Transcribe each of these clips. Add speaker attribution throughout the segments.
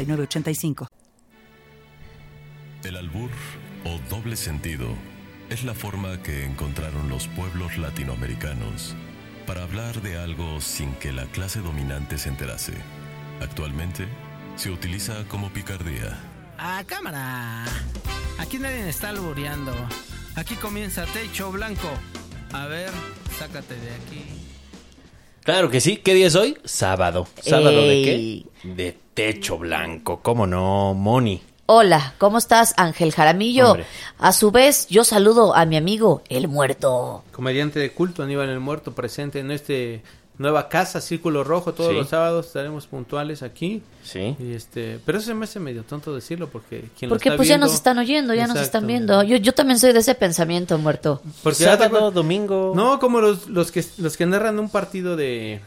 Speaker 1: 985.
Speaker 2: El albur o doble sentido es la forma que encontraron los pueblos latinoamericanos para hablar de algo sin que la clase dominante se enterase. Actualmente se utiliza como picardía.
Speaker 3: ¡A cámara! Aquí nadie está albureando. Aquí comienza Techo Blanco. A ver, sácate de aquí.
Speaker 4: Claro que sí. ¿Qué día es hoy? Sábado. ¿Sábado Ey. de qué? De techo blanco. ¿Cómo no, Moni?
Speaker 5: Hola, ¿cómo estás, Ángel Jaramillo? Hombre. A su vez, yo saludo a mi amigo, el muerto.
Speaker 6: Comediante de culto, Aníbal el Muerto, presente en este nueva casa, Círculo Rojo, todos sí. los sábados estaremos puntuales aquí.
Speaker 4: Sí.
Speaker 6: Y este, pero eso me hace medio tonto decirlo porque
Speaker 5: quien Porque lo está pues viendo, ya nos están oyendo, ya nos están viendo. Yo, yo también soy de ese pensamiento, muerto.
Speaker 4: Porque sábado, domingo.
Speaker 6: No, como los, los que los que narran un partido de,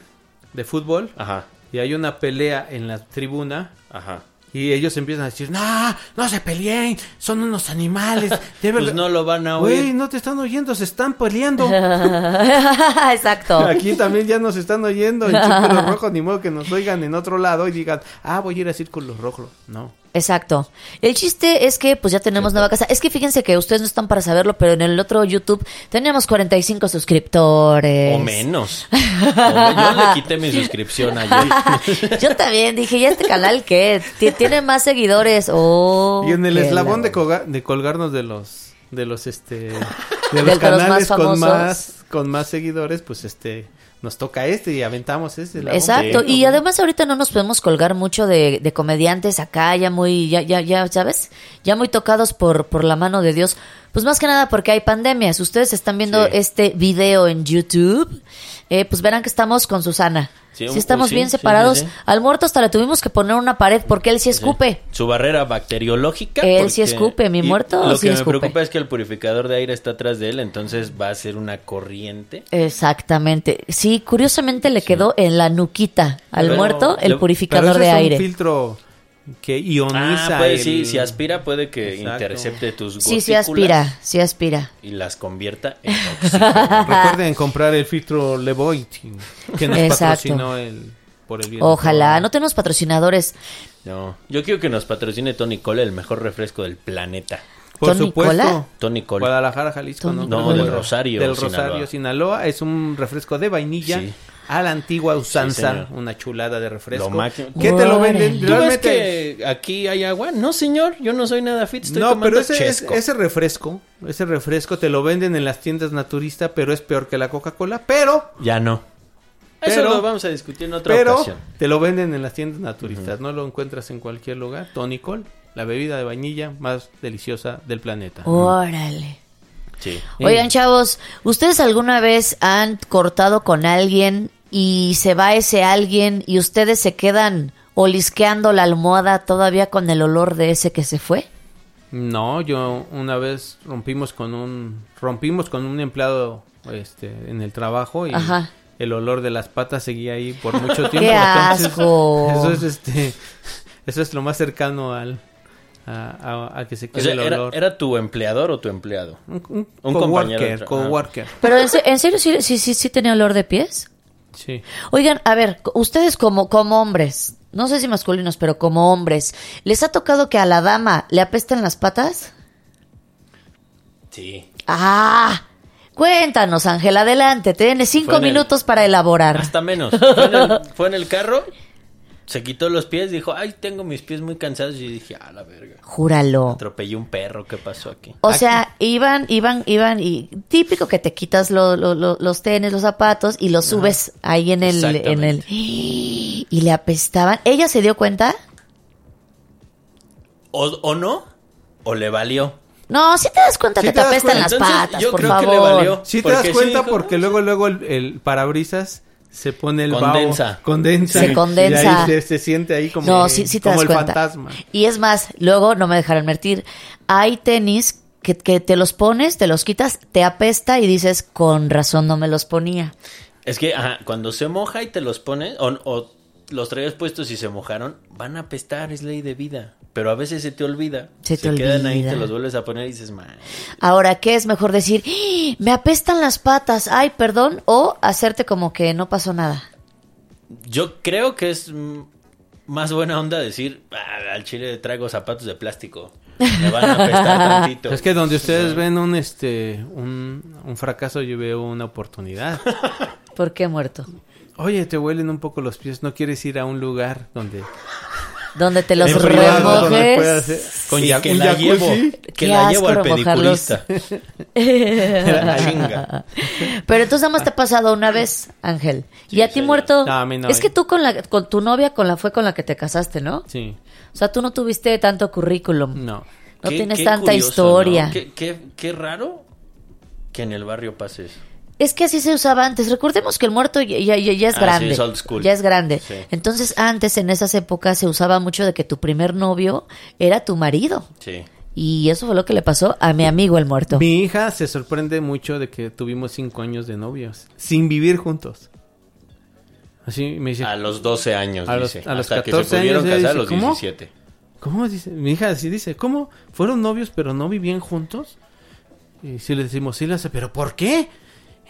Speaker 6: de fútbol.
Speaker 4: Ajá.
Speaker 6: Y hay una pelea en la tribuna.
Speaker 4: Ajá.
Speaker 6: Y ellos empiezan a decir, no, no se peleen, son unos animales.
Speaker 4: Deben... pues no lo van a oír.
Speaker 6: Güey, no te están oyendo, se están peleando.
Speaker 5: Exacto.
Speaker 6: Aquí también ya nos están oyendo en Círculo Rojo, ni modo que nos oigan en otro lado y digan, ah, voy a ir a Círculo Rojo. No.
Speaker 5: Exacto. El chiste es que pues ya tenemos Exacto. nueva casa. Es que fíjense que ustedes no están para saberlo, pero en el otro YouTube teníamos 45 suscriptores.
Speaker 4: O menos. O menos. Yo le quité mi suscripción ayer.
Speaker 5: Yo también dije, ¿y este canal qué? Tiene más seguidores. Oh,
Speaker 6: y en el eslabón la... de, colga de colgarnos de los de los este de los canales más con más con más seguidores, pues este nos toca este y aventamos este.
Speaker 5: Exacto, bomba. y además ahorita no nos podemos colgar mucho de, de, comediantes acá, ya muy, ya, ya, ya, ¿sabes? Ya muy tocados por, por la mano de Dios. Pues más que nada porque hay pandemias. Ustedes están viendo sí. este video en YouTube, eh, pues verán que estamos con Susana. Sí, un, sí estamos sí, bien separados. Al muerto hasta le tuvimos que poner una pared porque él sí escupe.
Speaker 4: Su barrera bacteriológica.
Speaker 5: Él sí escupe, mi muerto.
Speaker 4: Lo que me
Speaker 5: escupe.
Speaker 4: preocupa es que el purificador de aire está atrás de él, entonces va a ser una corriente.
Speaker 5: Exactamente. Sí, y curiosamente le quedó sí. en la nuquita al pero, muerto el lo, purificador pero
Speaker 6: ese
Speaker 5: de
Speaker 6: es
Speaker 5: aire.
Speaker 6: Un filtro que ioniza.
Speaker 4: Ah, pues,
Speaker 6: el...
Speaker 4: sí, si aspira puede que Exacto. intercepte tus
Speaker 5: Sí, sí aspira, sí aspira.
Speaker 4: Y las convierta en
Speaker 6: Recuerden comprar el filtro Levoit que nos Exacto. patrocinó el, por el bien
Speaker 5: Ojalá, no tenemos patrocinadores.
Speaker 4: No, yo quiero que nos patrocine Tony Cole, el mejor refresco del planeta.
Speaker 6: Por Tony supuesto. Cola?
Speaker 4: Tony Cola.
Speaker 6: Guadalajara, Jalisco,
Speaker 4: Tony ¿no? No, del Rosario.
Speaker 6: Del Rosario, Sinaloa. Sinaloa. Es un refresco de vainilla. Sí. A la antigua usanza, sí, una chulada de refresco. ¿Qué te lo venden?
Speaker 4: ¿Tú ves que aquí hay agua? No, señor, yo no soy nada fit, estoy
Speaker 6: no,
Speaker 4: tomando
Speaker 6: pero ese,
Speaker 4: chesco.
Speaker 6: ese refresco, ese refresco te lo venden en las tiendas naturistas, pero es peor que la Coca-Cola, pero...
Speaker 4: Ya no. Pero, Eso lo vamos a discutir en otra
Speaker 6: pero
Speaker 4: ocasión.
Speaker 6: te lo venden en las tiendas naturistas, uh -huh. no lo encuentras en cualquier lugar. Tony Cole la bebida de vainilla más deliciosa del planeta.
Speaker 5: Órale.
Speaker 4: Sí.
Speaker 5: Oigan, chavos, ¿ustedes alguna vez han cortado con alguien y se va ese alguien y ustedes se quedan olisqueando la almohada todavía con el olor de ese que se fue?
Speaker 6: No, yo una vez rompimos con un rompimos con un empleado este en el trabajo y
Speaker 5: Ajá
Speaker 6: el olor de las patas seguía ahí por mucho tiempo.
Speaker 5: ¡Qué asco!
Speaker 6: Entonces, eso es este, eso es lo más cercano al a, a- a que se
Speaker 4: O
Speaker 6: quede
Speaker 4: sea,
Speaker 6: el
Speaker 4: era,
Speaker 6: olor.
Speaker 4: ¿Era tu empleador o tu empleado?
Speaker 6: un, un
Speaker 4: un compañero de
Speaker 6: coworker,
Speaker 4: tra- ah,
Speaker 6: coworker.
Speaker 5: Pero en, se- en serio, sí, sí, sí, sí tenía olor de pies.
Speaker 6: Sí.
Speaker 5: Oigan, a ver, co- ustedes como, como hombres, no sé si masculinos, pero como hombres, ¿les ha tocado que a la dama le apestan las patas?
Speaker 4: Sí.
Speaker 5: Ah, cuéntanos, Ángel, adelante, tienes cinco
Speaker 4: Fue en el-
Speaker 5: minutos para elaborar.
Speaker 4: Hasta menos. Fue en, el, fue en el carro, se quitó los pies, dijo, ay, tengo mis pies muy cansados. Y dije, ah, la verga.
Speaker 5: Júralo.
Speaker 4: Atropellé un perro, ¿qué pasó aquí?
Speaker 5: O sea, iban, iban, iban y típico que te quitas lo- lo- lo- los tenis, los zapatos y los subes ahí en el, en el
Speaker 4: Exactamente.
Speaker 5: y le apestaban. Ella se dio cuenta.
Speaker 4: O, o no, o le valió.
Speaker 5: No, si te das cuenta
Speaker 6: Sí
Speaker 5: que
Speaker 6: te
Speaker 5: te,
Speaker 6: das
Speaker 5: apestan
Speaker 6: cuenta.
Speaker 5: las
Speaker 4: Entonces,
Speaker 5: patas,
Speaker 4: yo
Speaker 5: por
Speaker 4: creo que
Speaker 5: favor.
Speaker 4: le valió.
Speaker 6: Oh, Sí te
Speaker 4: Porque
Speaker 6: das cuenta
Speaker 4: dijo, "Ah,
Speaker 6: porque luego luego el, el parabrisas se pone el vaho.
Speaker 4: Condensa.
Speaker 6: condensa
Speaker 5: Se
Speaker 6: Y
Speaker 5: condensa.
Speaker 6: ahí se, se siente ahí como,
Speaker 5: no, sí, sí te das
Speaker 6: como el
Speaker 5: cuenta.
Speaker 6: fantasma.
Speaker 5: Y es más, luego no me dejarán mentir. Hay tenis que, que te los pones, te los quitas, te apesta y dices, con razón no me los ponía.
Speaker 4: Es que ajá, cuando se moja y te los pones, o, o los traías puestos y se mojaron, van a apestar, es ley de vida. Pero a veces se te olvida.
Speaker 5: Se te
Speaker 4: quedan ahí,
Speaker 5: olvida.
Speaker 4: te los vuelves a poner y dices, man.
Speaker 5: Ahora, ¿qué es mejor decir? "¡Ah! Me apestan las patas, ay, perdón, o hacerte como que no pasó nada.
Speaker 4: Yo creo que es mm, más buena onda decir, "Ah, al chile traigo zapatos de plástico. Me van a apestar tantito.
Speaker 6: Es que donde ustedes ven un este un, un fracaso yo veo una oportunidad.
Speaker 5: ¿Por qué muerto?
Speaker 6: Oye, te huelen un poco los pies, no quieres ir a un lugar donde
Speaker 5: Donde te los
Speaker 6: en privado, donde puedas, eh,
Speaker 5: remojes.
Speaker 4: Con
Speaker 6: con ya-
Speaker 4: que
Speaker 6: un
Speaker 4: la llevo,
Speaker 6: jacuzzi.
Speaker 4: que
Speaker 5: Qué
Speaker 4: la llevo al
Speaker 5: asco remojarlos.
Speaker 4: pedicurista. Chinga.
Speaker 5: Pero entonces nada más te ha pasado una vez, Ángel. y a ti
Speaker 4: sí.
Speaker 5: muerto.
Speaker 6: No, a mí no.
Speaker 5: Es que tú con la con tu novia con la fue con la que te casaste, ¿no?
Speaker 6: Sí.
Speaker 5: O sea, tú no tuviste tanto currículum.
Speaker 6: No.
Speaker 5: No
Speaker 4: Qué-
Speaker 5: tienes
Speaker 4: qué
Speaker 5: tanta
Speaker 4: curioso,
Speaker 5: historia.
Speaker 4: ¿no? Qué, qué- qué raro que en el barrio pase eso.
Speaker 5: Es que así se usaba antes. Recordemos que el muerto ya, ya- ya- ya es
Speaker 4: Ah, sí,
Speaker 5: grande.
Speaker 4: es old school.
Speaker 5: Ya es grande.
Speaker 4: Sí.
Speaker 5: Entonces, antes, en esas épocas, se usaba mucho de que tu primer novio era tu marido.
Speaker 4: Sí.
Speaker 5: Y eso fue lo que le pasó a mi amigo el muerto.
Speaker 6: Mi hija se sorprende mucho de que tuvimos cinco años de novios, sin vivir juntos. Así me dice,
Speaker 4: A los 12 años,
Speaker 6: A los-
Speaker 4: dice.
Speaker 6: a los
Speaker 4: hasta
Speaker 6: 14
Speaker 4: que se pudieron
Speaker 6: años, ella
Speaker 4: casar a
Speaker 6: dice,
Speaker 4: los
Speaker 6: ¿cómo?
Speaker 4: 17.
Speaker 6: ¿Cómo dice? Mi hija así dice, ¿cómo? ¿Fueron novios pero no vivían juntos? Y si le decimos, sí, le hace, ¿pero por qué?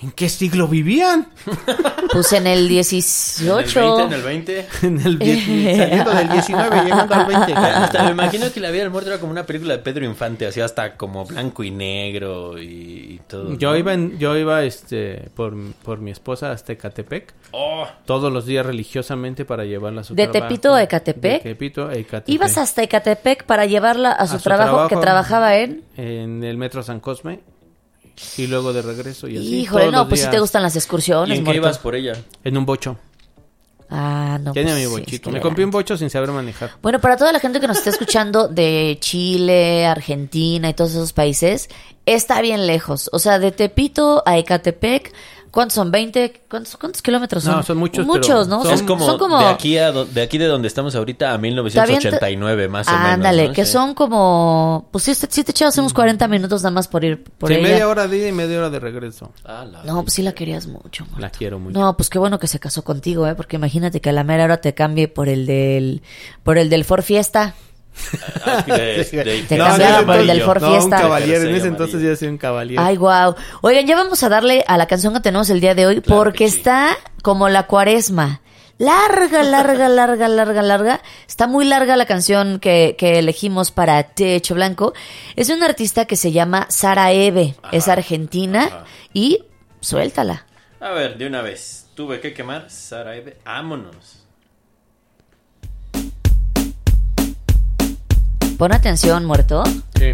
Speaker 6: ¿En qué siglo vivían?
Speaker 5: Puse en el
Speaker 4: En el
Speaker 5: 18.
Speaker 4: 20, en el 20.
Speaker 6: En el die- saliendo del 19, llegando al 20.
Speaker 4: Hasta me imagino que la vida del muerto era como una película de Pedro Infante, así hasta como blanco y negro y, y todo. Pues,
Speaker 6: Yo
Speaker 4: ¿no?
Speaker 6: iba, en- yo iba este, por, por mi esposa hasta Ecatepec,
Speaker 4: ¡Oh!
Speaker 6: todos los días religiosamente para llevarla a su
Speaker 5: ¿De
Speaker 6: trabajo.
Speaker 5: Tepito a Ecatepec?
Speaker 6: De Tepito a Ecatepec.
Speaker 5: Ibas hasta Ecatepec para llevarla a su,
Speaker 6: A su
Speaker 5: trabajo, que trabajaba en.
Speaker 6: En el metro San Cosme. Y luego de regreso y así.
Speaker 5: Híjole,
Speaker 6: todos
Speaker 5: no,
Speaker 6: los
Speaker 5: pues sí te
Speaker 6: días
Speaker 5: gustan las
Speaker 4: ¿Y
Speaker 5: excursiones,
Speaker 4: en qué
Speaker 5: muerto.
Speaker 4: ibas por ella?
Speaker 6: En un bocho.
Speaker 5: Ah, no.
Speaker 6: Tiene
Speaker 5: pues
Speaker 6: mi
Speaker 5: sí,
Speaker 6: bochito.
Speaker 5: es que
Speaker 6: Me
Speaker 5: era-
Speaker 6: compré un bocho sin saber manejar.
Speaker 5: Bueno, para toda la gente que nos está escuchando de Chile, Argentina y todos esos países, está bien lejos. O sea, de Tepito a Ecatepec, ¿cuántos son? ¿20? ¿Cuántos, cuántos kilómetros son?
Speaker 6: No, son muchos,
Speaker 5: Muchos,
Speaker 6: pero
Speaker 5: ¿no?
Speaker 6: son-
Speaker 4: es como, de, aquí a do- de aquí de donde estamos ahorita a
Speaker 5: está bien-
Speaker 4: 1989, más o
Speaker 5: Ah,
Speaker 4: menos.
Speaker 5: Ándale,
Speaker 4: ¿no?
Speaker 5: que
Speaker 4: Sí.
Speaker 5: son como... Pues sí, sí te echabas unos 40 minutos nada más por ir por
Speaker 6: Mm. Sí,
Speaker 5: ella.
Speaker 6: media hora de ida y media hora de regreso.
Speaker 4: Ah, la-
Speaker 5: No, pues sí la querías mucho. Marta.
Speaker 6: La quiero mucho.
Speaker 5: No, pues qué bueno que se casó contigo, ¿eh? Porque imagínate que a la mera hora te cambie por el del... Por el del Ford Fiesta.
Speaker 4: ah, de- de-
Speaker 5: Te
Speaker 4: de-
Speaker 5: cambiaron
Speaker 4: de-
Speaker 5: por el del
Speaker 4: amarillo.
Speaker 5: Ford
Speaker 6: no, un
Speaker 5: Fiesta.
Speaker 6: caballero. En
Speaker 4: Jersey
Speaker 6: ese entonces
Speaker 4: amarillo.
Speaker 6: ya soy un caballero.
Speaker 5: Ay, wow. Oigan, ya vamos a darle a la canción que tenemos el día de hoy
Speaker 4: Claro
Speaker 5: porque
Speaker 4: que sí.
Speaker 5: está como la cuaresma. Larga, larga, larga, larga, larga. Está muy larga la canción que, que elegimos para Techo Blanco. Es de una artista que se llama Sara Eve. es argentina. Y suéltala.
Speaker 4: A ver, de una vez. Tuve que quemar Sarajevo. Vámonos.
Speaker 5: Pon atención, muerto.
Speaker 6: Sí.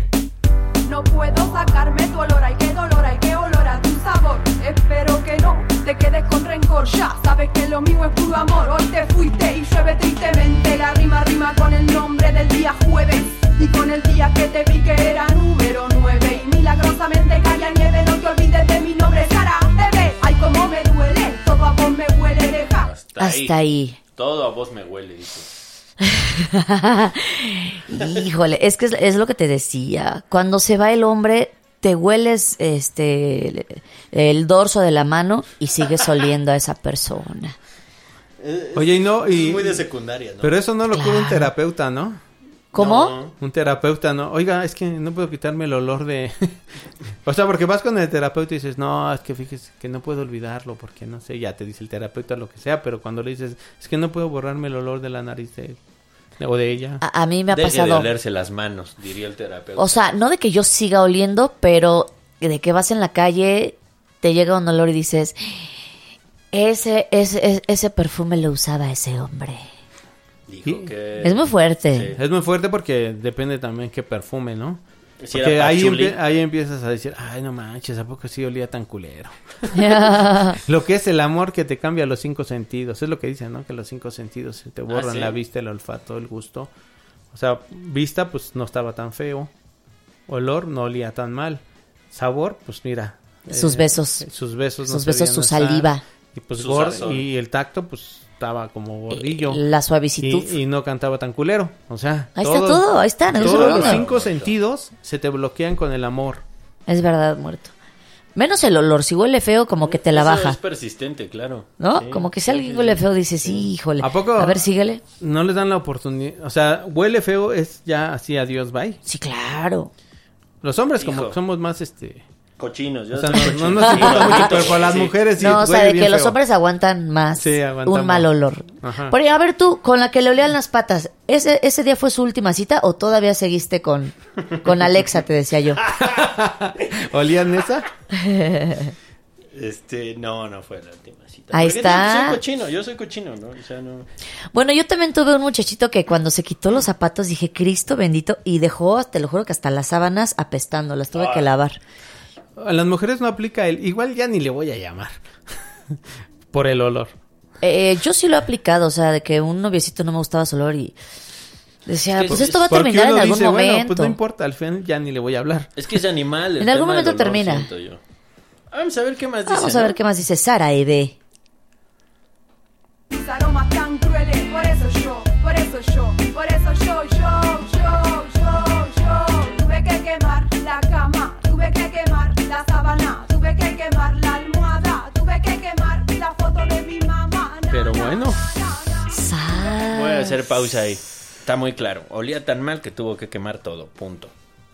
Speaker 7: No puedo sacarme tu olor, ay qué dolor, ay qué olor a tu sabor. Espero que no te quedes con rencor, ya sabes que lo mío es puro amor. Hoy te fuiste y llueve tristemente, la rima rima con el nombre del día jueves. Y con el día que te vi que era número 9 Y milagrosamente caía nieve, no te olvides de mi nombre, Sara, bebé Ay, cómo me duele, todo a vos me huele, deja
Speaker 4: Hasta,
Speaker 5: Hasta ahí.
Speaker 4: Todo a vos me huele, dice.
Speaker 5: Híjole, es que es, es lo que te decía. Cuando se va el hombre, te hueles este el, el dorso de la mano y sigues oliendo a esa persona.
Speaker 6: Oye, y no. Y,
Speaker 4: Muy de secundaria, ¿no?
Speaker 6: Pero eso no lo cura un
Speaker 5: Claro.
Speaker 6: terapeuta, ¿no?
Speaker 5: ¿Cómo?
Speaker 6: No, un terapeuta, ¿no? Oiga, es que no puedo quitarme el olor de... o sea, porque vas con el terapeuta y dices, no, es que fíjese que no puedo olvidarlo porque no sé, ya te dice el terapeuta lo que sea, pero cuando le dices, es que no puedo borrarme el olor de la nariz de él o de ella.
Speaker 5: A, a mí me ha
Speaker 4: Deje de
Speaker 5: pasado.
Speaker 4: olerse las manos, diría el terapeuta.
Speaker 5: O sea, no de que yo siga oliendo, pero de que vas en la calle, te llega un olor y dices, ese, ese, ese perfume lo usaba ese hombre.
Speaker 4: Dijo que...
Speaker 5: Es muy fuerte.
Speaker 6: Es muy fuerte porque depende también qué perfume, ¿no?
Speaker 4: Si era
Speaker 6: Porque ahí,
Speaker 4: patchouli.
Speaker 6: empie- ahí empiezas a decir, ay, no manches, ¿a poco sí olía tan culero? Lo que es el amor que te cambia los cinco sentidos. Es lo que dicen, ¿no? Que los cinco sentidos se te borran
Speaker 4: sí.
Speaker 6: la vista, el olfato, el gusto. O sea, vista, pues no estaba tan feo. Olor, no olía tan mal. Sabor, pues mira.
Speaker 5: Sus besos.
Speaker 6: Sus besos.
Speaker 5: Sus besos,
Speaker 6: sabían
Speaker 5: su
Speaker 6: a sal.
Speaker 5: saliva.
Speaker 6: Y pues
Speaker 4: Su
Speaker 6: gor-
Speaker 4: sazón.
Speaker 6: y el tacto, pues estaba como gordillo.
Speaker 5: Eh, la suavicitud.
Speaker 6: Y, y no cantaba tan culero. O sea,
Speaker 5: Ahí está todo, ahí está, no se
Speaker 6: Todos los
Speaker 5: olvida.
Speaker 6: cinco sentidos se te bloquean con el amor.
Speaker 5: Es verdad, muerto. Menos el olor, si huele feo, como que te la
Speaker 4: Eso
Speaker 5: baja.
Speaker 4: Es persistente, claro.
Speaker 5: ¿No?
Speaker 4: Sí.
Speaker 5: como que si alguien huele feo, dices, sí, híjole.
Speaker 6: ¿A poco?
Speaker 5: ver, síguele.
Speaker 6: No les dan la oportunidad. O sea, huele feo es ya así, adiós, bye.
Speaker 5: Sí, claro.
Speaker 6: Los hombres, como
Speaker 4: Hijo.
Speaker 6: que somos más este.
Speaker 4: Cochinos, yo
Speaker 6: O sea,
Speaker 4: soy
Speaker 6: no,
Speaker 4: cochino.
Speaker 6: no nos importa mucho, pero para las
Speaker 4: Sí.
Speaker 6: mujeres sí.
Speaker 5: no, o sea,
Speaker 6: huele
Speaker 5: de que
Speaker 6: bien
Speaker 5: los
Speaker 6: feo.
Speaker 5: hombres aguantan más
Speaker 6: Sí, aguantan
Speaker 5: un mal
Speaker 6: más.
Speaker 5: olor.
Speaker 6: Ajá.
Speaker 5: Por, a ver tú, con la que le olían las patas, ¿ese, ¿ese día fue su última cita o todavía seguiste con, con Alexa, te decía yo?
Speaker 6: ¿Olían esa?
Speaker 4: Este, no, no fue la última cita.
Speaker 5: Ahí
Speaker 4: Porque
Speaker 5: está.
Speaker 4: digo que Soy cochino, yo soy cochino, ¿no? O sea, no.
Speaker 5: Bueno, yo también tuve un muchachito que cuando se quitó los zapatos dije, Cristo bendito, y dejó, te lo juro que hasta las sábanas apestando, las tuve
Speaker 6: Ah.
Speaker 5: que lavar.
Speaker 6: A las mujeres no aplica el. Igual ya ni le voy a llamar. Por el olor.
Speaker 5: Eh, yo sí lo he aplicado, o sea, de que un noviecito no me gustaba su olor y decía,
Speaker 4: Es que
Speaker 5: pues
Speaker 4: sí,
Speaker 5: esto va a
Speaker 6: Porque
Speaker 5: terminar en
Speaker 6: uno
Speaker 5: algún
Speaker 6: dice,
Speaker 5: momento.
Speaker 6: Bueno, pues no importa, al final ya ni le voy a hablar.
Speaker 4: Es que es animal. el
Speaker 5: En algún
Speaker 4: tema del
Speaker 5: momento
Speaker 4: olor,
Speaker 5: termina.
Speaker 4: siento yo. Vamos a ver qué más dice.
Speaker 5: Vamos a
Speaker 4: ¿no?
Speaker 5: ver qué más dice Sara E Eve.
Speaker 7: Mis aromas tan crueles, por eso yo, por eso yo, por eso yo, yo, yo, yo, yo. Tuve que quemar la cama, tuve que quemar la sábana, tuve que quemar la almohada, tuve que quemar la foto de mi mamá. na,
Speaker 6: Pero
Speaker 7: na,
Speaker 6: bueno.
Speaker 7: na, na.
Speaker 5: Sara.
Speaker 4: Voy a hacer pausa ahí. Está muy claro. Olía tan mal que tuvo que quemar todo. Punto.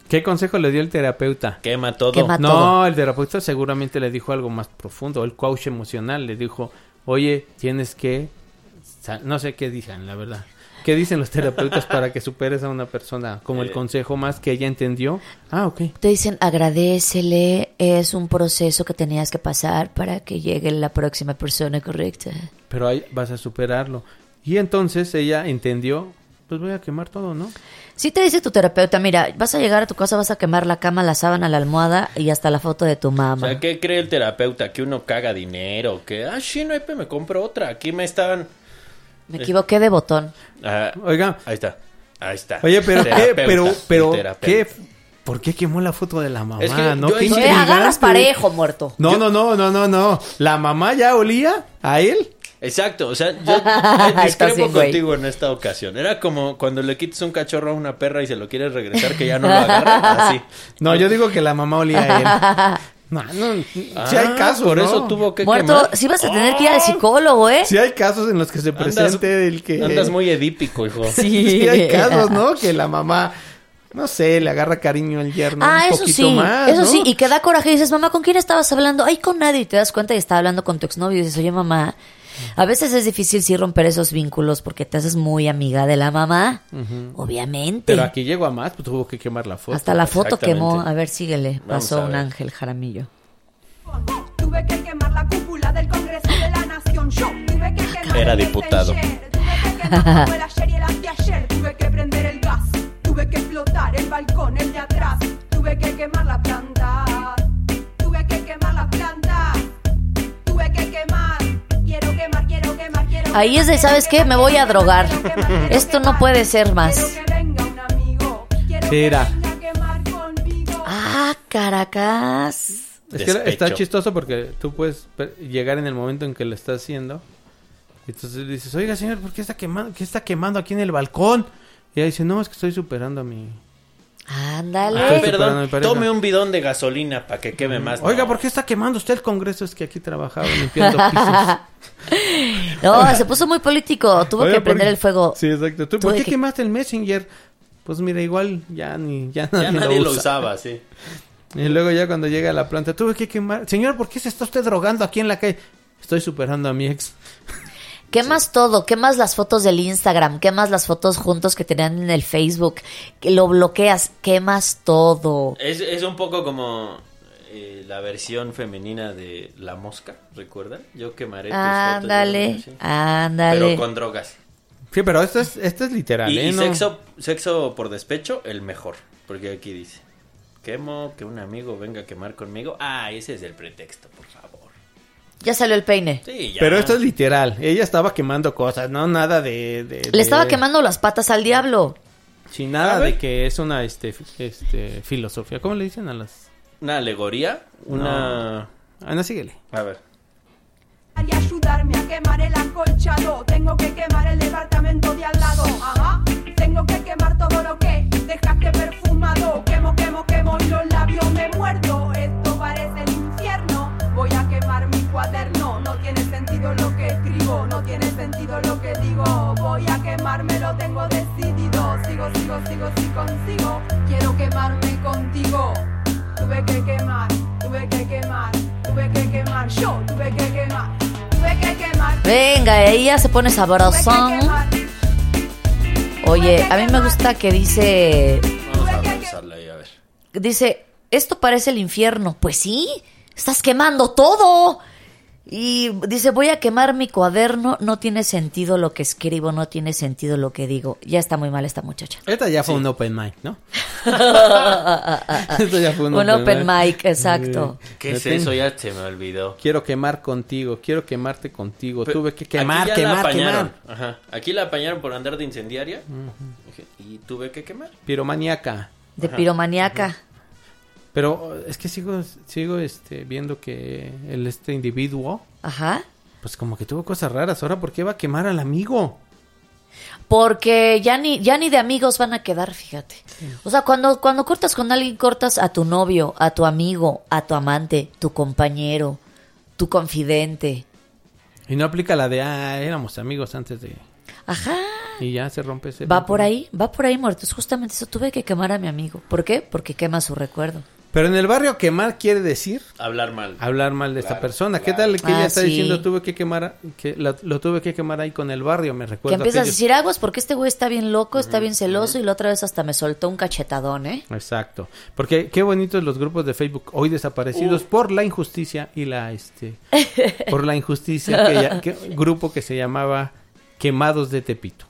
Speaker 6: ¿Qué consejo le dio el terapeuta?
Speaker 4: Quema todo.
Speaker 5: Quema- A
Speaker 6: no,
Speaker 5: todo.
Speaker 6: el terapeuta seguramente le dijo algo más profundo. El coach emocional le dijo, oye, tienes que... sa- No sé qué digan, la verdad. ¿Qué dicen los terapeutas para que superes a una persona? Como
Speaker 4: Eh.
Speaker 6: el consejo más que ella entendió. Ah, ok.
Speaker 5: Te dicen agradecele, es un proceso que tenías que pasar para que llegue la próxima persona correcta.
Speaker 6: Pero ahí vas a superarlo. Y entonces ella entendió, pues voy a quemar todo, ¿no?
Speaker 5: Si te dice tu terapeuta, mira, vas a llegar a tu casa, vas a quemar la cama, la sábana, la almohada y hasta la foto de tu
Speaker 4: O
Speaker 5: mamá.
Speaker 4: sea, ¿qué cree el terapeuta? Que uno caga dinero. Que, ah, sí, no hay pe- me compro otra. Aquí me estaban.
Speaker 5: Me equivoqué de botón.
Speaker 4: Ah,
Speaker 6: Oiga,
Speaker 4: ahí está. Ahí está.
Speaker 6: oye, pero ¿qué?
Speaker 4: Terapeuta,
Speaker 6: Pero, pero,
Speaker 4: el terapeuta.
Speaker 6: ¿qué? ¿Por qué quemó la foto de la mamá?
Speaker 4: Es que
Speaker 6: ¿no?
Speaker 4: yo
Speaker 6: Qué
Speaker 4: ahí sí-
Speaker 5: Te Eh, agarras
Speaker 6: intrigante.
Speaker 5: parejo, muerto.
Speaker 6: No, no, no, no, no, no. ¿La mamá ya olía a él?
Speaker 4: Exacto, o sea, yo eh,
Speaker 5: Estás bien,
Speaker 4: discrepo
Speaker 5: güey.
Speaker 4: contigo en esta ocasión. Era como cuando le quitas un cachorro a una perra y se lo quieres regresar que ya no lo agarra, así.
Speaker 6: No, yo digo que la mamá olía a él. No, no, si hay
Speaker 4: Ah,
Speaker 6: casos,
Speaker 4: por
Speaker 6: ¿no?
Speaker 4: eso tuvo que
Speaker 5: Muerto,
Speaker 4: quemar.
Speaker 5: si vas a tener que ir al psicólogo, ¿eh?
Speaker 6: Si hay casos en los que se
Speaker 4: Andas-
Speaker 6: presente el que...
Speaker 4: Andas muy edípico, hijo.
Speaker 6: Sí hay casos, ¿no? Que la mamá, no sé, le agarra cariño al yerno
Speaker 5: Ah,
Speaker 6: un
Speaker 5: eso
Speaker 6: poquito
Speaker 5: sí,
Speaker 6: más,
Speaker 5: eso
Speaker 6: ¿no?
Speaker 5: sí, y que da coraje y dices, mamá, ¿con quién estabas hablando? Ay, con nadie, y te das cuenta y está hablando con tu exnovio y dices, oye, mamá, a veces es difícil sí romper esos vínculos porque te haces muy amiga de la mamá, obviamente.
Speaker 6: Pero aquí llegó a más, pues tuvo que quemar la foto.
Speaker 5: Hasta la foto
Speaker 4: Exactamente.
Speaker 5: quemó, a ver, síguele,
Speaker 4: Vamos
Speaker 5: pasó
Speaker 4: a
Speaker 5: un
Speaker 4: ver.
Speaker 5: ángel Jaramillo.
Speaker 7: Tuve que quemar la cúpula del Congreso de la Nación. Yo tuve que quemar
Speaker 4: Era
Speaker 7: el
Speaker 4: diputado.
Speaker 7: Messenger. Tuve que quemar todo el ayer y el anteayer. Tuve que prender el gas. Tuve que explotar el balcón, el de atrás. Tuve que quemar la planta. Tuve que quemar la planta. Tuve que quemar. Quiero quemar, quiero quemar, quiero quemar.
Speaker 5: Ahí es de,
Speaker 7: quiero
Speaker 5: ¿sabes qué?
Speaker 7: quemar,
Speaker 5: Me voy a
Speaker 7: quiero
Speaker 5: drogar.
Speaker 7: quemar, quiero quemar, quiero
Speaker 5: Esto no
Speaker 7: quemar.
Speaker 5: puede ser más.
Speaker 7: Quiero que venga un amigo. Quiero que
Speaker 6: Será.
Speaker 7: venga a quemar conmigo.
Speaker 5: Ah, Caracas.
Speaker 6: Es que está
Speaker 4: Despecho.
Speaker 6: chistoso porque tú puedes per- llegar en el momento en que lo estás haciendo. Y entonces le dices, oiga señor, ¿por qué está quemando, qué está quemando aquí en el balcón? Y ella dice, no, es que estoy superando a mi...
Speaker 5: Ándale.
Speaker 4: Ah,
Speaker 6: Estoy superando a mi
Speaker 4: perdón,
Speaker 6: pareja.
Speaker 4: tome un bidón de gasolina para que queme más.
Speaker 6: Oiga,
Speaker 4: No.
Speaker 6: ¿por qué está quemando usted el Congreso? Es que aquí trabajaba limpiando pisos.
Speaker 5: No, se puso muy político, tuvo
Speaker 6: Oiga,
Speaker 5: que
Speaker 6: ¿por
Speaker 5: prender
Speaker 6: qué-
Speaker 5: el fuego.
Speaker 6: Sí, exacto. ¿Tú,
Speaker 5: Tuve
Speaker 6: ¿Por qué
Speaker 5: que-
Speaker 6: quemaste el Messenger? Pues mira, igual ya ni ya nadie,
Speaker 4: Ya nadie
Speaker 6: lo,
Speaker 4: lo
Speaker 6: usa.
Speaker 4: usaba, sí.
Speaker 6: Y luego ya cuando llega a la planta, tuve que quemar. Señor, ¿por qué se está usted drogando aquí en la calle? Estoy superando a mi ex.
Speaker 5: Quemas todo, quemas las fotos del Instagram, quemas las fotos juntos que tenían en el Facebook, que lo bloqueas, quemas todo.
Speaker 4: Es, es un poco como eh, la versión femenina de La Mosca, ¿recuerdan? Yo quemaré tus fotos, yo
Speaker 5: Ándale,
Speaker 4: no sé.
Speaker 5: ándale.
Speaker 4: Pero con drogas.
Speaker 6: Sí, pero esto es, esto es literal,
Speaker 4: Y,
Speaker 6: ¿eh?
Speaker 4: y
Speaker 6: No-
Speaker 4: sexo, sexo por despecho, el mejor. Porque aquí dice: Quemo que un amigo venga a quemar conmigo. Ah, ese es el pretexto, por favor.
Speaker 5: Ya salió el peine.
Speaker 4: Sí, ya.
Speaker 6: Pero esto es literal. Ella estaba quemando cosas, no nada de. de- de-
Speaker 5: Le estaba quemando las patas al diablo.
Speaker 6: Sin
Speaker 4: A
Speaker 6: nada
Speaker 4: ver.
Speaker 6: de que es una este, fi- este, filosofía. ¿Cómo le dicen a las.?
Speaker 4: Una alegoría, una.
Speaker 6: Ana, síguele.
Speaker 4: A ver.
Speaker 7: Y ayudarme a quemar el acolchado. Tengo que quemar el departamento de al lado. Ajá. Tengo que quemar todo lo que dejaste perfumado. Quemo, quemo, quemo y los labios me muerdo. Esto parece el infierno. Voy a quemar mi cuaderno. No tiene sentido lo que escribo. No tiene sentido lo que digo. Voy a quemarme, lo tengo decidido. Sigo, sigo, sigo, si consigo. Quiero quemarme contigo. Tuve que quemar, tuve que quemar, tuve que quemar, yo tuve que quemar, tuve que quemar.
Speaker 5: Venga, ella se pone
Speaker 7: tuve que
Speaker 5: sabrosón.
Speaker 7: quemar,
Speaker 5: Oye, a mí me gusta que dice,
Speaker 4: Vamos a revisarla ahí, a ver.
Speaker 5: dice, esto parece el infierno. Pues sí, estás quemando todo. Y dice, voy a quemar mi cuaderno, no tiene sentido lo que escribo, no tiene sentido lo que digo. Ya está muy mal esta muchacha.
Speaker 6: Esta ya fue un open mic, ¿no? Esto ya fue un,
Speaker 5: Un open mic, exacto.
Speaker 4: ¿Qué
Speaker 6: Me
Speaker 4: es
Speaker 6: tengo-
Speaker 4: eso? Ya se me olvidó.
Speaker 6: Quiero quemar contigo, quiero quemarte contigo.
Speaker 4: Pe-
Speaker 6: Tuve que
Speaker 4: aquí
Speaker 6: quemar,
Speaker 4: ya la
Speaker 6: quemar,
Speaker 4: apañaron.
Speaker 6: quemar.
Speaker 4: Ajá. Aquí la apañaron por andar de incendiaria. Y tuve que quemar.
Speaker 6: Piromaniaca.
Speaker 5: De piromaniaca.
Speaker 6: Pero oh, es que sigo, sigo este, viendo que el, este individuo,
Speaker 5: Ajá.
Speaker 6: pues como que tuvo cosas raras. Ahora, ¿por qué va a quemar al amigo?
Speaker 5: Porque ya ni, ya ni de amigos van a quedar, fíjate. O sea, cuando, cuando cortas con alguien, cortas a tu novio, a tu amigo, a tu amante, tu compañero, tu confidente.
Speaker 6: Y no aplica la de, ah, éramos amigos antes de...
Speaker 5: Ajá.
Speaker 6: Y ya se rompe ese...
Speaker 5: Va por ahí, va por ahí muertos. Justamente eso tuve que quemar a mi amigo. ¿Por qué? Porque quema su recuerdo.
Speaker 6: Pero en el barrio quemar quiere decir
Speaker 4: Hablar mal.
Speaker 6: hablar mal de esta persona. ¿Qué tal que
Speaker 5: Ah,
Speaker 6: ella está
Speaker 5: sí.
Speaker 6: diciendo tuve que quemar, a- que la- lo tuve que quemar ahí con el barrio? Me
Speaker 5: Que
Speaker 6: recuerda
Speaker 5: empiezas a
Speaker 6: aquellos-
Speaker 5: decir aguas porque este güey está bien loco, está bien celoso y la otra vez hasta me soltó un cachetadón, ¿eh?
Speaker 6: Exacto. Porque qué bonitos los grupos de Facebook hoy desaparecidos por la injusticia y la este por la injusticia que, ya- que- grupo que se llamaba Quemados de Tepito.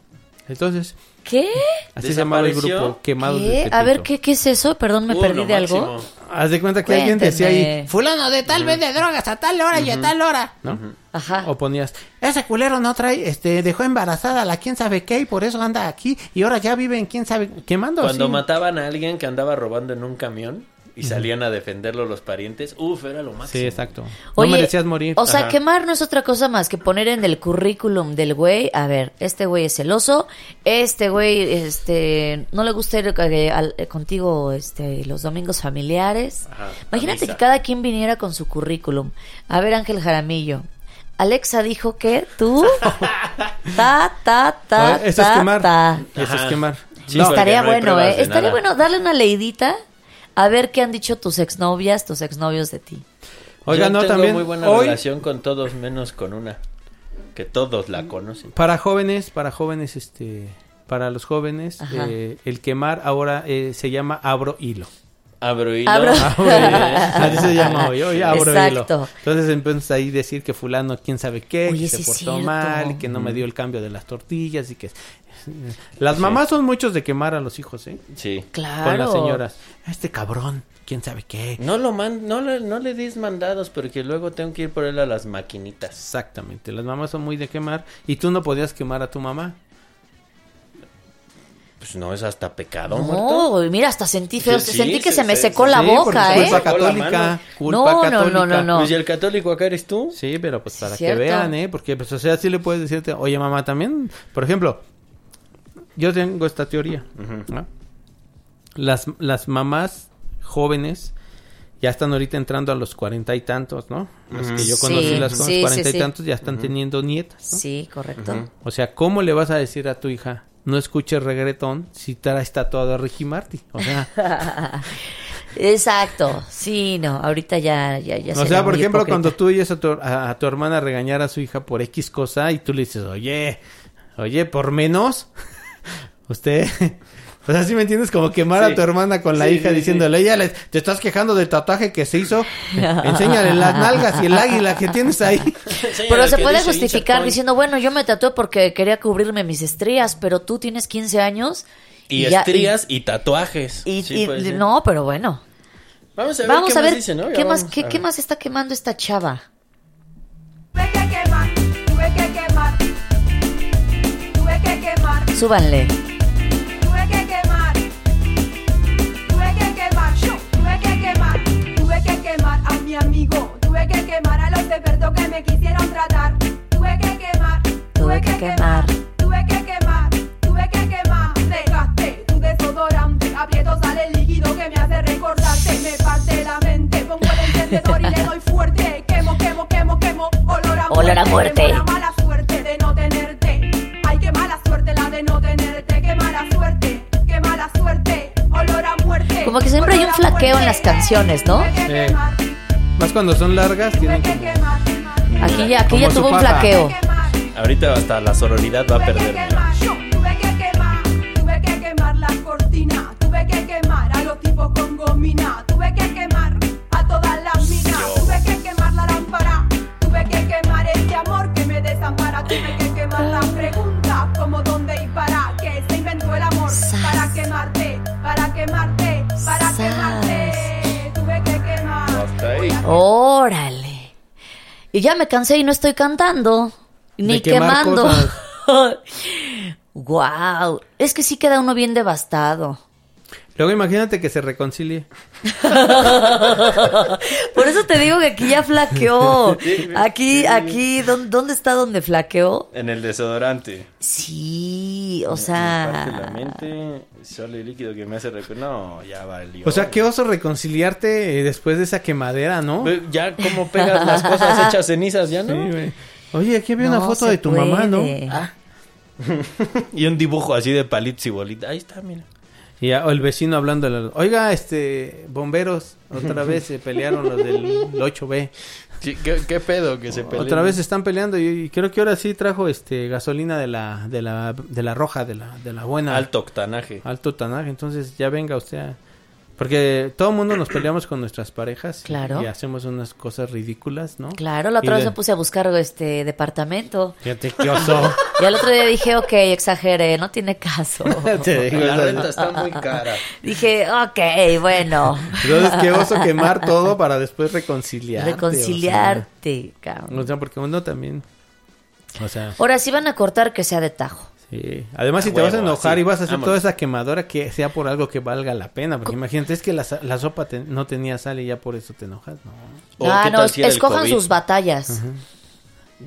Speaker 6: Entonces,
Speaker 5: ¿Qué?
Speaker 6: así se llamaba el
Speaker 4: ¿Desapareció?
Speaker 6: grupo Quemados de este
Speaker 5: ¿Qué?
Speaker 6: Tepito.
Speaker 5: A ver, ¿qué, qué es eso? Perdón, me
Speaker 4: Uh,
Speaker 5: perdí
Speaker 4: lo
Speaker 5: de algo.
Speaker 4: máximo.
Speaker 6: Haz de cuenta que alguien decía
Speaker 5: Cuéntenme.
Speaker 6: ahí, fulano de tal vez de drogas a tal hora y a tal hora, ¿no? Ah.
Speaker 5: Ajá.
Speaker 6: O ponías, ese culero no trae, este, dejó embarazada a la quién sabe qué y por eso anda aquí y ahora ya vive en quién sabe, quemando
Speaker 4: Cuando
Speaker 6: así.
Speaker 4: mataban a alguien que andaba robando en un camión y salían a defenderlo los parientes, uf, era lo máximo.
Speaker 6: Sí, exacto.
Speaker 5: Oye,
Speaker 6: no merecías morir.
Speaker 5: O sea,
Speaker 4: Ajá.
Speaker 5: quemar no es otra cosa más que poner en el currículum del güey, a ver, este güey es celoso, este güey, este, no le gusta ir eh, al- eh, contigo, este, los domingos familiares.
Speaker 4: Ajá, a
Speaker 5: Imagínate
Speaker 4: misa.
Speaker 5: que cada quien viniera con su currículum. A ver, Ángel Jaramillo. Alexa dijo que tú. ta, ta, ta,
Speaker 6: Ah, eso es
Speaker 5: ta,
Speaker 6: quemar.
Speaker 5: ta.
Speaker 6: Eso es
Speaker 4: Ajá.
Speaker 6: quemar.
Speaker 4: Sí,
Speaker 6: No,
Speaker 4: porque
Speaker 5: Estaría
Speaker 4: no hay
Speaker 5: bueno,
Speaker 4: pruebas
Speaker 5: ¿eh?
Speaker 4: de
Speaker 5: Estaría
Speaker 4: nada.
Speaker 5: bueno darle una leidita a ver qué han dicho tus exnovias, tus exnovios de ti.
Speaker 6: Oiga,
Speaker 4: Yo
Speaker 6: no,
Speaker 4: tengo
Speaker 6: también
Speaker 4: muy buena
Speaker 6: hoy,
Speaker 4: relación con todos menos con una. Que todos la conocen.
Speaker 6: para jóvenes, para jóvenes, este, para los jóvenes,
Speaker 5: Ajá.
Speaker 6: eh, el quemar ahora eh, se llama abro hilo.
Speaker 4: Abro hilo.
Speaker 5: Abro-
Speaker 6: Abro hilo. Así se llama hoy, hoy abro hilo.
Speaker 5: Exacto.
Speaker 6: Entonces empiezas ahí decir que fulano quién sabe qué,
Speaker 5: Oye, sí
Speaker 6: que se
Speaker 5: es
Speaker 6: portó
Speaker 5: cierto.
Speaker 6: mal, y que no me dio el cambio de las tortillas y que... Las mamás son muchos de quemar a los hijos, ¿eh?
Speaker 4: Sí.
Speaker 5: Claro. Mm.
Speaker 6: Con las señoras. Este cabrón, quién sabe qué.
Speaker 4: No, lo man, no, le, no le des mandados porque luego tengo que ir por él a las maquinitas.
Speaker 6: Exactamente, las mamás son muy de quemar y tú no podías quemar a tu mamá.
Speaker 4: Pues no, es hasta pecado,
Speaker 5: No,
Speaker 4: muerto.
Speaker 5: güey, mira, hasta sentí feo,
Speaker 4: Sí,
Speaker 5: sentí
Speaker 4: sí,
Speaker 5: que
Speaker 4: se-
Speaker 5: se, me
Speaker 4: se-
Speaker 5: secó
Speaker 4: se-
Speaker 5: la
Speaker 6: Sí, porque
Speaker 5: boca,
Speaker 6: es
Speaker 5: ¿eh?
Speaker 6: Culpa
Speaker 4: Sacó la
Speaker 6: católica.
Speaker 4: mano.
Speaker 6: Culpa
Speaker 5: No, no, no,
Speaker 6: católica.
Speaker 5: no, no.
Speaker 4: Pues y el católico acá eres tú.
Speaker 6: Sí, pero pues para
Speaker 5: Cierto.
Speaker 6: que vean, ¿eh? Porque, pues, o sea, sí le puedes decirte, oye, mamá, también, por ejemplo, yo tengo esta teoría, ¿no? Las, las mamás jóvenes ya están ahorita entrando a los cuarenta y tantos, ¿no? Las que yo
Speaker 5: Sí,
Speaker 6: conocí, las
Speaker 5: sí,
Speaker 6: cuarenta
Speaker 5: sí,
Speaker 6: y
Speaker 5: sí.
Speaker 6: tantos, ya están teniendo nietas, ¿no?
Speaker 5: Sí, correcto.
Speaker 6: O sea, ¿cómo le vas a decir a tu hija, no escuches reggaetón si traes tatuado a Ricky Martin. O sea,
Speaker 5: Exacto. Sí, no, ahorita ya, ya, ya
Speaker 6: o
Speaker 5: será
Speaker 6: sea por
Speaker 5: muy
Speaker 6: ejemplo,
Speaker 5: hipócrita.
Speaker 6: cuando tú oyes a tu, a, a tu hermana regañar a su hija por X cosa y tú le dices, oye, oye, por menos, usted... O sea, ¿sí me entiendes? Como quemar a
Speaker 4: Sí.
Speaker 6: tu hermana con la
Speaker 4: Sí, sí,
Speaker 6: hija
Speaker 4: sí.
Speaker 6: diciéndole, ella le- te estás quejando del tatuaje que se hizo, enséñale las nalgas y el águila que tienes ahí.
Speaker 5: Pero se puede justificar diciendo, bueno, yo me tatué porque quería cubrirme mis estrías, pero tú tienes 15 años.
Speaker 4: Y
Speaker 5: ya-
Speaker 4: estrías y, tatuajes.
Speaker 5: y-
Speaker 4: Sí,
Speaker 5: y-
Speaker 4: puede ser.
Speaker 5: no, pero bueno.
Speaker 4: Vamos a ver
Speaker 5: Vamos
Speaker 4: qué
Speaker 5: a ver,
Speaker 4: más dice, ¿no? Ya
Speaker 5: ¿qué, más,
Speaker 4: vamos
Speaker 5: qué,
Speaker 4: a
Speaker 5: qué
Speaker 4: ver.
Speaker 5: más está quemando esta chava?
Speaker 7: Tuve que quemar, tuve que quemar. Tuve que quemar,
Speaker 5: Súbanle.
Speaker 7: tuve que quemar. Tuve que quemar, yo tuve que quemar. Tuve que quemar a mi amigo. Tuve que quemar a los expertos que me quisieron tratar. Tuve que quemar,
Speaker 5: Tuve que quemar.
Speaker 7: Tuve que quemar, tuve que quemar. Dejaste tu desodorante. Aprieto sale el líquido que me hace recordarte. Me parte la mente. Pongo el encendedor y le doy fuerte. Quemo, quemo, quemo, quemo. Olor a
Speaker 5: Olor a muerte.
Speaker 7: Quemo la mala suerte de no tenerte. Ay, qué mala suerte la de no tenerte. Qué mala suerte, qué mala suerte. Olor a muerte.
Speaker 5: Como que siempre hay
Speaker 7: olor
Speaker 5: un
Speaker 7: a
Speaker 5: flaqueo en
Speaker 7: muerte.
Speaker 5: las canciones, ¿no?
Speaker 7: Tuve que
Speaker 6: Sí.
Speaker 7: quemar,
Speaker 6: Más cuando son largas,
Speaker 7: tuve
Speaker 6: tienen
Speaker 7: que
Speaker 6: como...
Speaker 7: quemar,
Speaker 5: Aquí ya, aquí
Speaker 6: Como
Speaker 5: ya
Speaker 6: su
Speaker 5: tuvo un
Speaker 6: papa.
Speaker 5: flaqueo.
Speaker 7: quemar.
Speaker 4: Ahorita hasta la sororidad va a
Speaker 7: Tuve que
Speaker 4: perder. mira.
Speaker 7: quemar, yo tuve que quemar, tuve que quemar la cortina, tuve que quemar a los tipos con gomina, tuve que quemar a todas las minas, tuve que quemar la lámpara, tuve que quemar este amor que me desampara, tuve que quemar las preguntas como dónde y para que se inventó el amor
Speaker 5: Sas.
Speaker 7: para quemarte, para quemarte, para
Speaker 5: Sas.
Speaker 7: quemarte, tuve que quemar.
Speaker 4: Hasta ahí.
Speaker 5: Órale. Y ya me cansé y no estoy cantando. Ni
Speaker 6: De quemar
Speaker 5: quemando.
Speaker 6: cosas.
Speaker 5: wow. Es que sí queda uno bien devastado.
Speaker 6: Luego imagínate que se reconcilie.
Speaker 5: Por eso te digo que aquí ya flaqueó. Aquí, aquí, ¿dó- ¿dónde está donde flaqueó?
Speaker 4: En el desodorante.
Speaker 5: Sí, o
Speaker 4: Me parte la
Speaker 5: sea.
Speaker 4: mente, sale el líquido que me hace recu- No, ya valió.
Speaker 6: O sea, qué oso reconciliarte eh, después de esa quemadera, ¿no?
Speaker 5: Pues,
Speaker 4: Ve, Ya como pegas las cosas hechas cenizas, ya
Speaker 6: Sí,
Speaker 4: no.
Speaker 6: güey. Oye, aquí había una
Speaker 5: No
Speaker 6: foto
Speaker 5: se
Speaker 6: de tu mamá, ¿no?
Speaker 5: puede.
Speaker 4: y un dibujo así de palitos y bolitas. Ahí está, mira.
Speaker 6: Y ya, o el vecino hablando. Oiga, este, bomberos, otra vez se pelearon los del 8B.
Speaker 4: ¿Qué, qué pedo que se peleó?
Speaker 6: Otra vez se están peleando y, y creo que ahora sí trajo este gasolina de la de la de la roja, de la de la buena.
Speaker 4: Alto octanaje.
Speaker 6: Alto tanaje, entonces ya venga usted. a- Porque todo el mundo nos peleamos con nuestras parejas y-
Speaker 5: Claro.
Speaker 6: y hacemos unas cosas ridículas, ¿no?
Speaker 5: Claro, la
Speaker 6: Y
Speaker 5: otra vez
Speaker 6: de-
Speaker 5: me puse a buscar este departamento.
Speaker 6: Fíjate qué oso.
Speaker 5: Y al otro día dije, ok, exageré, no tiene caso.
Speaker 6: Te digo,
Speaker 4: La
Speaker 6: o sea,
Speaker 4: renta está muy cara.
Speaker 5: Dije, ok, bueno.
Speaker 6: Entonces, qué oso quemar todo para después reconciliarte.
Speaker 5: Reconciliarte,
Speaker 6: O sea,
Speaker 5: cabrón.
Speaker 6: o sea, porque uno también. O sea,
Speaker 5: Ahora, si van a cortar, que sea de tajo.
Speaker 6: sí. Además, si te vas a
Speaker 4: huevo,
Speaker 6: enojar
Speaker 4: así.
Speaker 6: y vas a hacer
Speaker 4: Vámonos.
Speaker 6: toda esa quemadora que sea por algo que valga la pena. Porque imagínate, es que la, sa- la sopa te- no tenía sal y ya por eso te enojas, ¿no?
Speaker 4: O,
Speaker 5: ah,
Speaker 4: ¿qué
Speaker 5: no,
Speaker 4: tal si era el
Speaker 5: escojan
Speaker 4: COVID?
Speaker 5: sus batallas.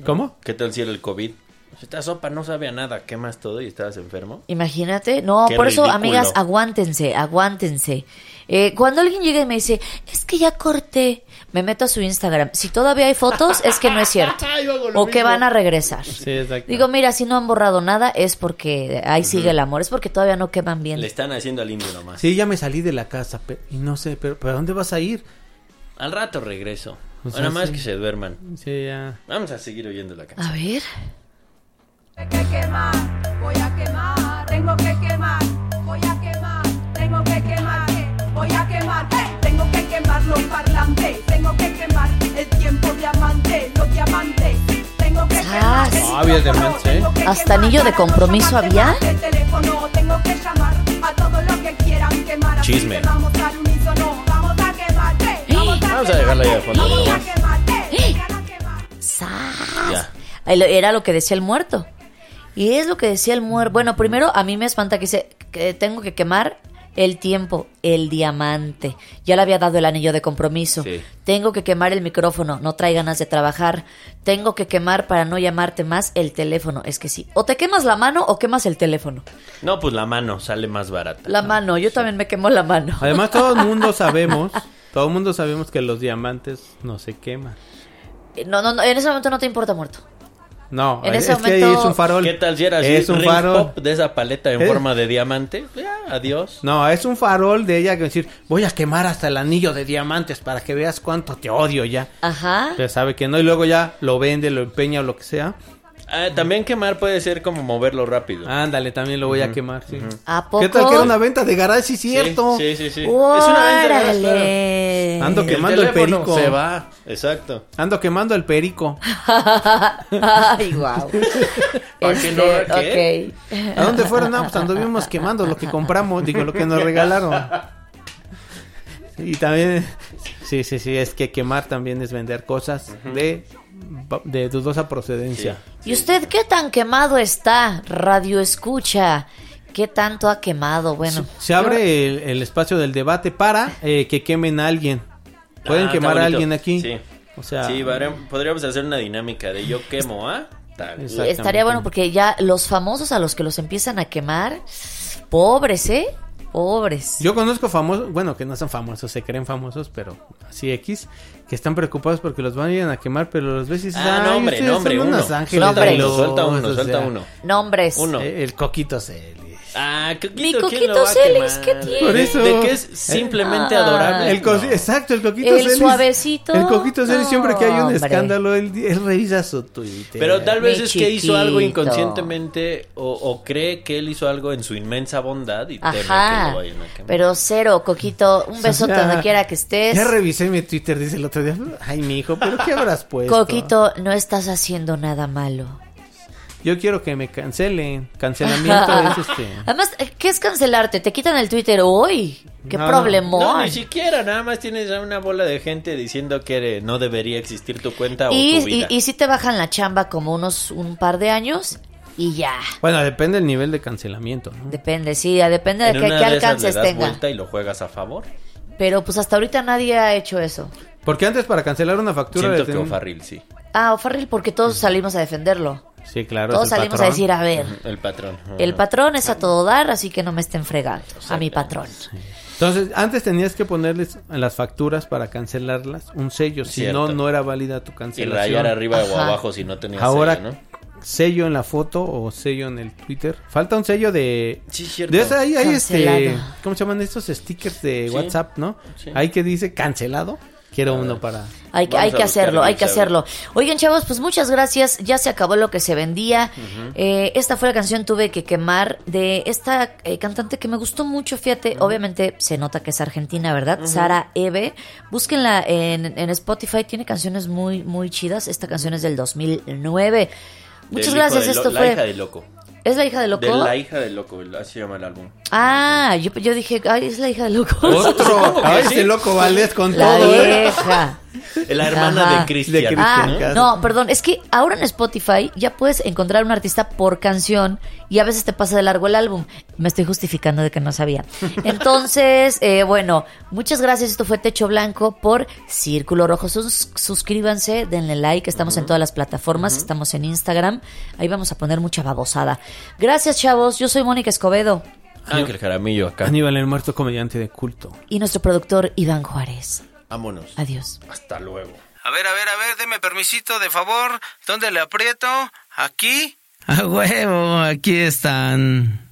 Speaker 6: ¿Cómo?
Speaker 4: ¿Qué tal si era el COVID? Pues Esta sopa no sabe a nada. Quemas todo y estabas enfermo.
Speaker 5: Imagínate, no,
Speaker 4: Qué
Speaker 5: por eso,
Speaker 4: ridículo.
Speaker 5: amigas, aguántense, aguántense. Eh, cuando alguien llega y me dice, es que ya corté, me meto a su Instagram. Si todavía hay fotos, es que no es cierto. o que van a regresar.
Speaker 6: Sí, exacto.
Speaker 5: Digo, mira, si no han borrado nada, es porque ahí sigue el amor, es porque todavía no queman bien.
Speaker 4: Le están haciendo al indio nomás.
Speaker 6: Sí, ya me salí de la casa pe- y no sé, pero ¿para dónde vas a ir?
Speaker 4: Al rato regreso.
Speaker 6: O sea,
Speaker 4: nada más
Speaker 6: sí.
Speaker 4: que se duerman.
Speaker 6: Sí, ya.
Speaker 4: Vamos a seguir oyendo la canción.
Speaker 5: A ver.
Speaker 7: Tuve que quemar, voy a quemar, tengo que quemar, voy a quemar, tengo que quemar, eh, voy a quemar, eh. tengo que quemar los parlantes, tengo que quemar el tiempo diamante, los diamantes, tengo que quemar. el
Speaker 5: Ah,
Speaker 6: había
Speaker 7: micrófono,
Speaker 6: diamantes, ¿eh?
Speaker 7: tengo que
Speaker 5: Hasta
Speaker 7: quemar,
Speaker 5: anillo de
Speaker 7: para no
Speaker 5: compromiso
Speaker 7: llamarte
Speaker 5: había.
Speaker 7: más el teléfono, tengo que llamar a todos los que quieran quemar. así
Speaker 4: Chisme.
Speaker 7: que Vamos al unísono, vamos a quemar, eh, vamos a
Speaker 4: Vamos a dejarla ahí de
Speaker 7: quemar,
Speaker 4: fondo,
Speaker 7: vamos a
Speaker 4: nomás.
Speaker 7: quemar, eh, vengan a quemar.
Speaker 5: ¡zas!
Speaker 4: Ya.
Speaker 5: Ahí lo- Era lo que decía el muerto. Y es lo que decía el muerto. Bueno, primero a mí me espanta que dice que tengo que quemar el tiempo, el diamante. Ya le había dado el anillo de compromiso.
Speaker 4: Sí.
Speaker 5: Tengo que quemar el micrófono, no trae ganas de trabajar. Tengo que quemar para no llamarte más el teléfono. Es que sí. O te quemas la mano o quemas el teléfono.
Speaker 6: Ah.
Speaker 4: No, pues la mano sale más barata.
Speaker 5: La mano, yo también me quemo la mano.
Speaker 6: Además, todo el mundo sabemos, todo el mundo sabemos que los diamantes no se queman.
Speaker 5: No, no, no, en ese momento no te importa muerto.
Speaker 6: No,
Speaker 5: En
Speaker 6: es,
Speaker 5: ese
Speaker 6: es que ahí
Speaker 5: momento-
Speaker 6: es un farol.
Speaker 4: ¿Qué tal si era así?
Speaker 6: Es un
Speaker 4: ring
Speaker 6: farol.
Speaker 4: pop de esa paleta en
Speaker 6: Es-
Speaker 4: forma de diamante. Ya, adiós.
Speaker 6: No, es un farol de ella que decir, voy a quemar hasta el anillo de diamantes para que veas cuánto te odio ya.
Speaker 5: Ajá.
Speaker 6: Ya sabe que no, y luego ya lo vende, lo empeña o lo que sea.
Speaker 4: Ah, también quemar puede ser como moverlo rápido.
Speaker 6: Ándale, también lo voy a quemar, sí.
Speaker 5: ¿A poco?
Speaker 6: ¿Qué tal que era una venta de garage? Sí,
Speaker 4: Sí,
Speaker 6: cierto.
Speaker 4: Sí, sí, sí.
Speaker 5: ¡Órale!
Speaker 4: ventaja, claro.
Speaker 6: Ando
Speaker 4: El
Speaker 6: quemando el,
Speaker 4: teléfono
Speaker 6: perico.
Speaker 4: Se va. Exacto.
Speaker 6: Ando quemando el perico.
Speaker 5: Ay, Este, wow.
Speaker 4: ¿Para qué no?
Speaker 6: Este,
Speaker 4: ¿Qué?
Speaker 6: ¿A dónde fueron? No, pues anduvimos quemando lo que compramos, digo, lo que nos regalaron. Y también, sí, sí, sí, es que quemar también es vender cosas de, de dudosa procedencia.
Speaker 5: ¿Y usted qué tan quemado está? Radio escucha. ¿Qué tanto ha quemado? Bueno.
Speaker 6: Se abre el, el espacio del debate para eh, que quemen a alguien. Pueden
Speaker 4: Ah,
Speaker 6: quemar
Speaker 4: está
Speaker 6: a
Speaker 4: bonito.
Speaker 6: alguien aquí.
Speaker 4: Sí.
Speaker 6: O sea,
Speaker 4: Sí, podríamos- podríamos hacer una dinámica de yo quemo, ¿ah? Tal.
Speaker 6: Es-
Speaker 5: Y Estaría bueno porque ya los famosos a los que los empiezan a quemar, pobres, ¿eh? Pobres.
Speaker 6: yo conozco famosos, bueno, que no son famosos, se creen famosos, pero así X, que están preocupados porque los van a ir a quemar, pero los ves y dices,
Speaker 4: Ah,
Speaker 6: "Ay,
Speaker 4: no, hombre,
Speaker 6: ustedes
Speaker 4: no,
Speaker 6: son
Speaker 4: hombre, uno.
Speaker 6: unos ángeles
Speaker 4: Suelta uno,
Speaker 6: veloz",
Speaker 4: suelta uno,
Speaker 6: o
Speaker 4: suelta
Speaker 6: sea,
Speaker 4: uno.
Speaker 5: Nombres.
Speaker 4: Uno.
Speaker 6: eh, El coquito Celis.
Speaker 4: Ah,
Speaker 5: Mi
Speaker 4: Coquito, ¿quién
Speaker 5: Coquito
Speaker 4: lo va a
Speaker 5: Celis, ¿qué
Speaker 4: quemar?
Speaker 5: tiene? Ah.
Speaker 6: Por eso.
Speaker 4: Eh,
Speaker 6: Ah,
Speaker 4: De que es simplemente adorable.
Speaker 6: El co-
Speaker 4: No.
Speaker 6: Exacto, el coquito
Speaker 5: El
Speaker 6: Celis.
Speaker 5: suavecito.
Speaker 6: El coquito Celis, siempre que hay un
Speaker 5: Hombre.
Speaker 6: escándalo, él, él revisa su Twitter.
Speaker 4: Pero tal vez
Speaker 5: Mi
Speaker 4: es que hizo algo
Speaker 5: chiquito.
Speaker 4: inconscientemente o, o cree que él hizo algo en su inmensa bondad y teme que
Speaker 5: Ajá.
Speaker 4: lo vayan a quemar.
Speaker 5: Pero cero, Coquito. Un besote
Speaker 6: Ya-
Speaker 5: donde quiera que estés.
Speaker 6: Ya revisé mi Twitter, dice el otro día. Ay, mi hijo, ¿pero qué habrás puesto?
Speaker 5: Coquito, no estás haciendo nada malo.
Speaker 6: Yo quiero que me cancelen. Cancelamiento es este.
Speaker 5: Además, ¿qué es cancelarte? Te quitan el Twitter hoy. Qué
Speaker 6: No, no.
Speaker 5: problemón.
Speaker 4: No, ni siquiera, nada más tienes a una bola de gente diciendo que eres- no debería existir tu cuenta o tu
Speaker 5: y,
Speaker 4: vida.
Speaker 5: y, si te bajan la chamba como unos un par de años y ya.
Speaker 6: Bueno, depende del nivel de cancelamiento, ¿no?
Speaker 5: Depende, sí, ya depende de
Speaker 4: en
Speaker 5: que-
Speaker 4: una
Speaker 5: este, qué
Speaker 4: de esas le
Speaker 5: alcances
Speaker 4: das
Speaker 5: tenga.
Speaker 4: vuelta y lo juegas a favor.
Speaker 5: Pero pues hasta ahorita nadie ha hecho eso.
Speaker 6: Porque antes para cancelar una factura...
Speaker 4: Siento
Speaker 6: le
Speaker 4: que
Speaker 6: ten-
Speaker 4: O'Farrill sí,
Speaker 5: Ah, O'Farrill, porque todos salimos a defenderlo.
Speaker 6: Sí, claro.
Speaker 5: Todos
Speaker 6: es el
Speaker 5: salimos a
Speaker 6: patrón.
Speaker 5: decir, "Ah". a ver,
Speaker 4: el patrón.
Speaker 5: el patrón es a todo dar, así que no me estén fregando a mi
Speaker 4: Exactamente.
Speaker 5: patrón.
Speaker 6: Entonces, antes tenías que ponerles a las facturas para cancelarlas un sello. Si
Speaker 4: Cierto.
Speaker 6: no, no era válida tu
Speaker 4: Y
Speaker 6: cancelación.
Speaker 4: rayar arriba o
Speaker 5: Ajá.
Speaker 4: abajo si no tenías
Speaker 6: Ahora,
Speaker 4: sello, ¿no?
Speaker 6: sello en la foto o sello en el Twitter. Falta un sello de.
Speaker 4: Sí, cierto.
Speaker 6: De esa, hay, hay este.
Speaker 5: Cancelado.
Speaker 6: ¿Cómo se llaman estos stickers de
Speaker 4: Sí.
Speaker 6: WhatsApp, no?
Speaker 4: Sí.
Speaker 6: Hay que dice cancelado. Quiero uno para.
Speaker 5: Hay, que-
Speaker 4: Vamos
Speaker 5: hay
Speaker 4: a
Speaker 5: que
Speaker 4: buscar
Speaker 5: hacerlo,
Speaker 4: quién
Speaker 5: hay que
Speaker 4: sabe.
Speaker 5: hacerlo. Oigan, chavos, pues muchas gracias. Ya se acabó lo que se vendía. Eh, esta fue la canción Tuve que quemar de esta eh, cantante que me gustó mucho. Fíjate, obviamente se nota que es argentina, ¿verdad? Sara Eve. Búsquenla en, en Spotify. Tiene canciones muy, muy chidas. Esta canción es del 2009. Muchas
Speaker 4: Del
Speaker 5: gracias.
Speaker 4: hijo de
Speaker 5: Esto
Speaker 4: Lo- La
Speaker 5: fue.
Speaker 4: hija de loco.
Speaker 5: ¿Es la hija de loco?
Speaker 4: De la hija de loco, así se llama el álbum.
Speaker 5: Ah, yo, yo dije, ay, es la hija de loco.
Speaker 6: ¡Otro!
Speaker 4: Ay,
Speaker 6: ese
Speaker 4: sí.
Speaker 6: loco Valdés con
Speaker 5: la
Speaker 6: todo, ¿eh?
Speaker 5: vieja.
Speaker 4: La hermana
Speaker 5: Ajá.
Speaker 4: de Cristian.
Speaker 6: De Cristian.
Speaker 5: Ah,
Speaker 6: Cristian Castro.
Speaker 5: no, perdón, es que ahora en Spotify ya puedes encontrar un artista por canción y a veces te pasa de largo el álbum. Me estoy justificando de que no sabía. Entonces, eh, bueno, muchas gracias. Esto fue Techo Blanco por Círculo Rojo. Sus- suscríbanse, denle like. Estamos en todas las plataformas, estamos en Instagram. Ahí vamos a poner mucha babosada. Gracias, chavos. Yo soy Mónica Escobedo
Speaker 4: Ángel Jaramillo acá.
Speaker 6: Aníbal, el muerto comediante de culto.
Speaker 5: y nuestro productor Iván Juárez.
Speaker 4: Vámonos.
Speaker 5: Adiós.
Speaker 4: Hasta luego.
Speaker 3: A ver, a ver, a ver, deme permisito, de favor. ¿Dónde le aprieto? ¿Aquí? A huevo, aquí están.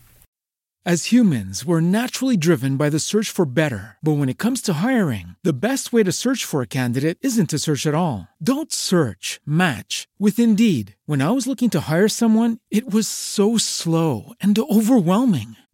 Speaker 8: As humans, we're naturally driven by the search for better. But when it comes to hiring, the best way to search for a candidate isn't to search at all. Don't search, match with Indeed. When I was looking to hire someone, it was so slow and overwhelming.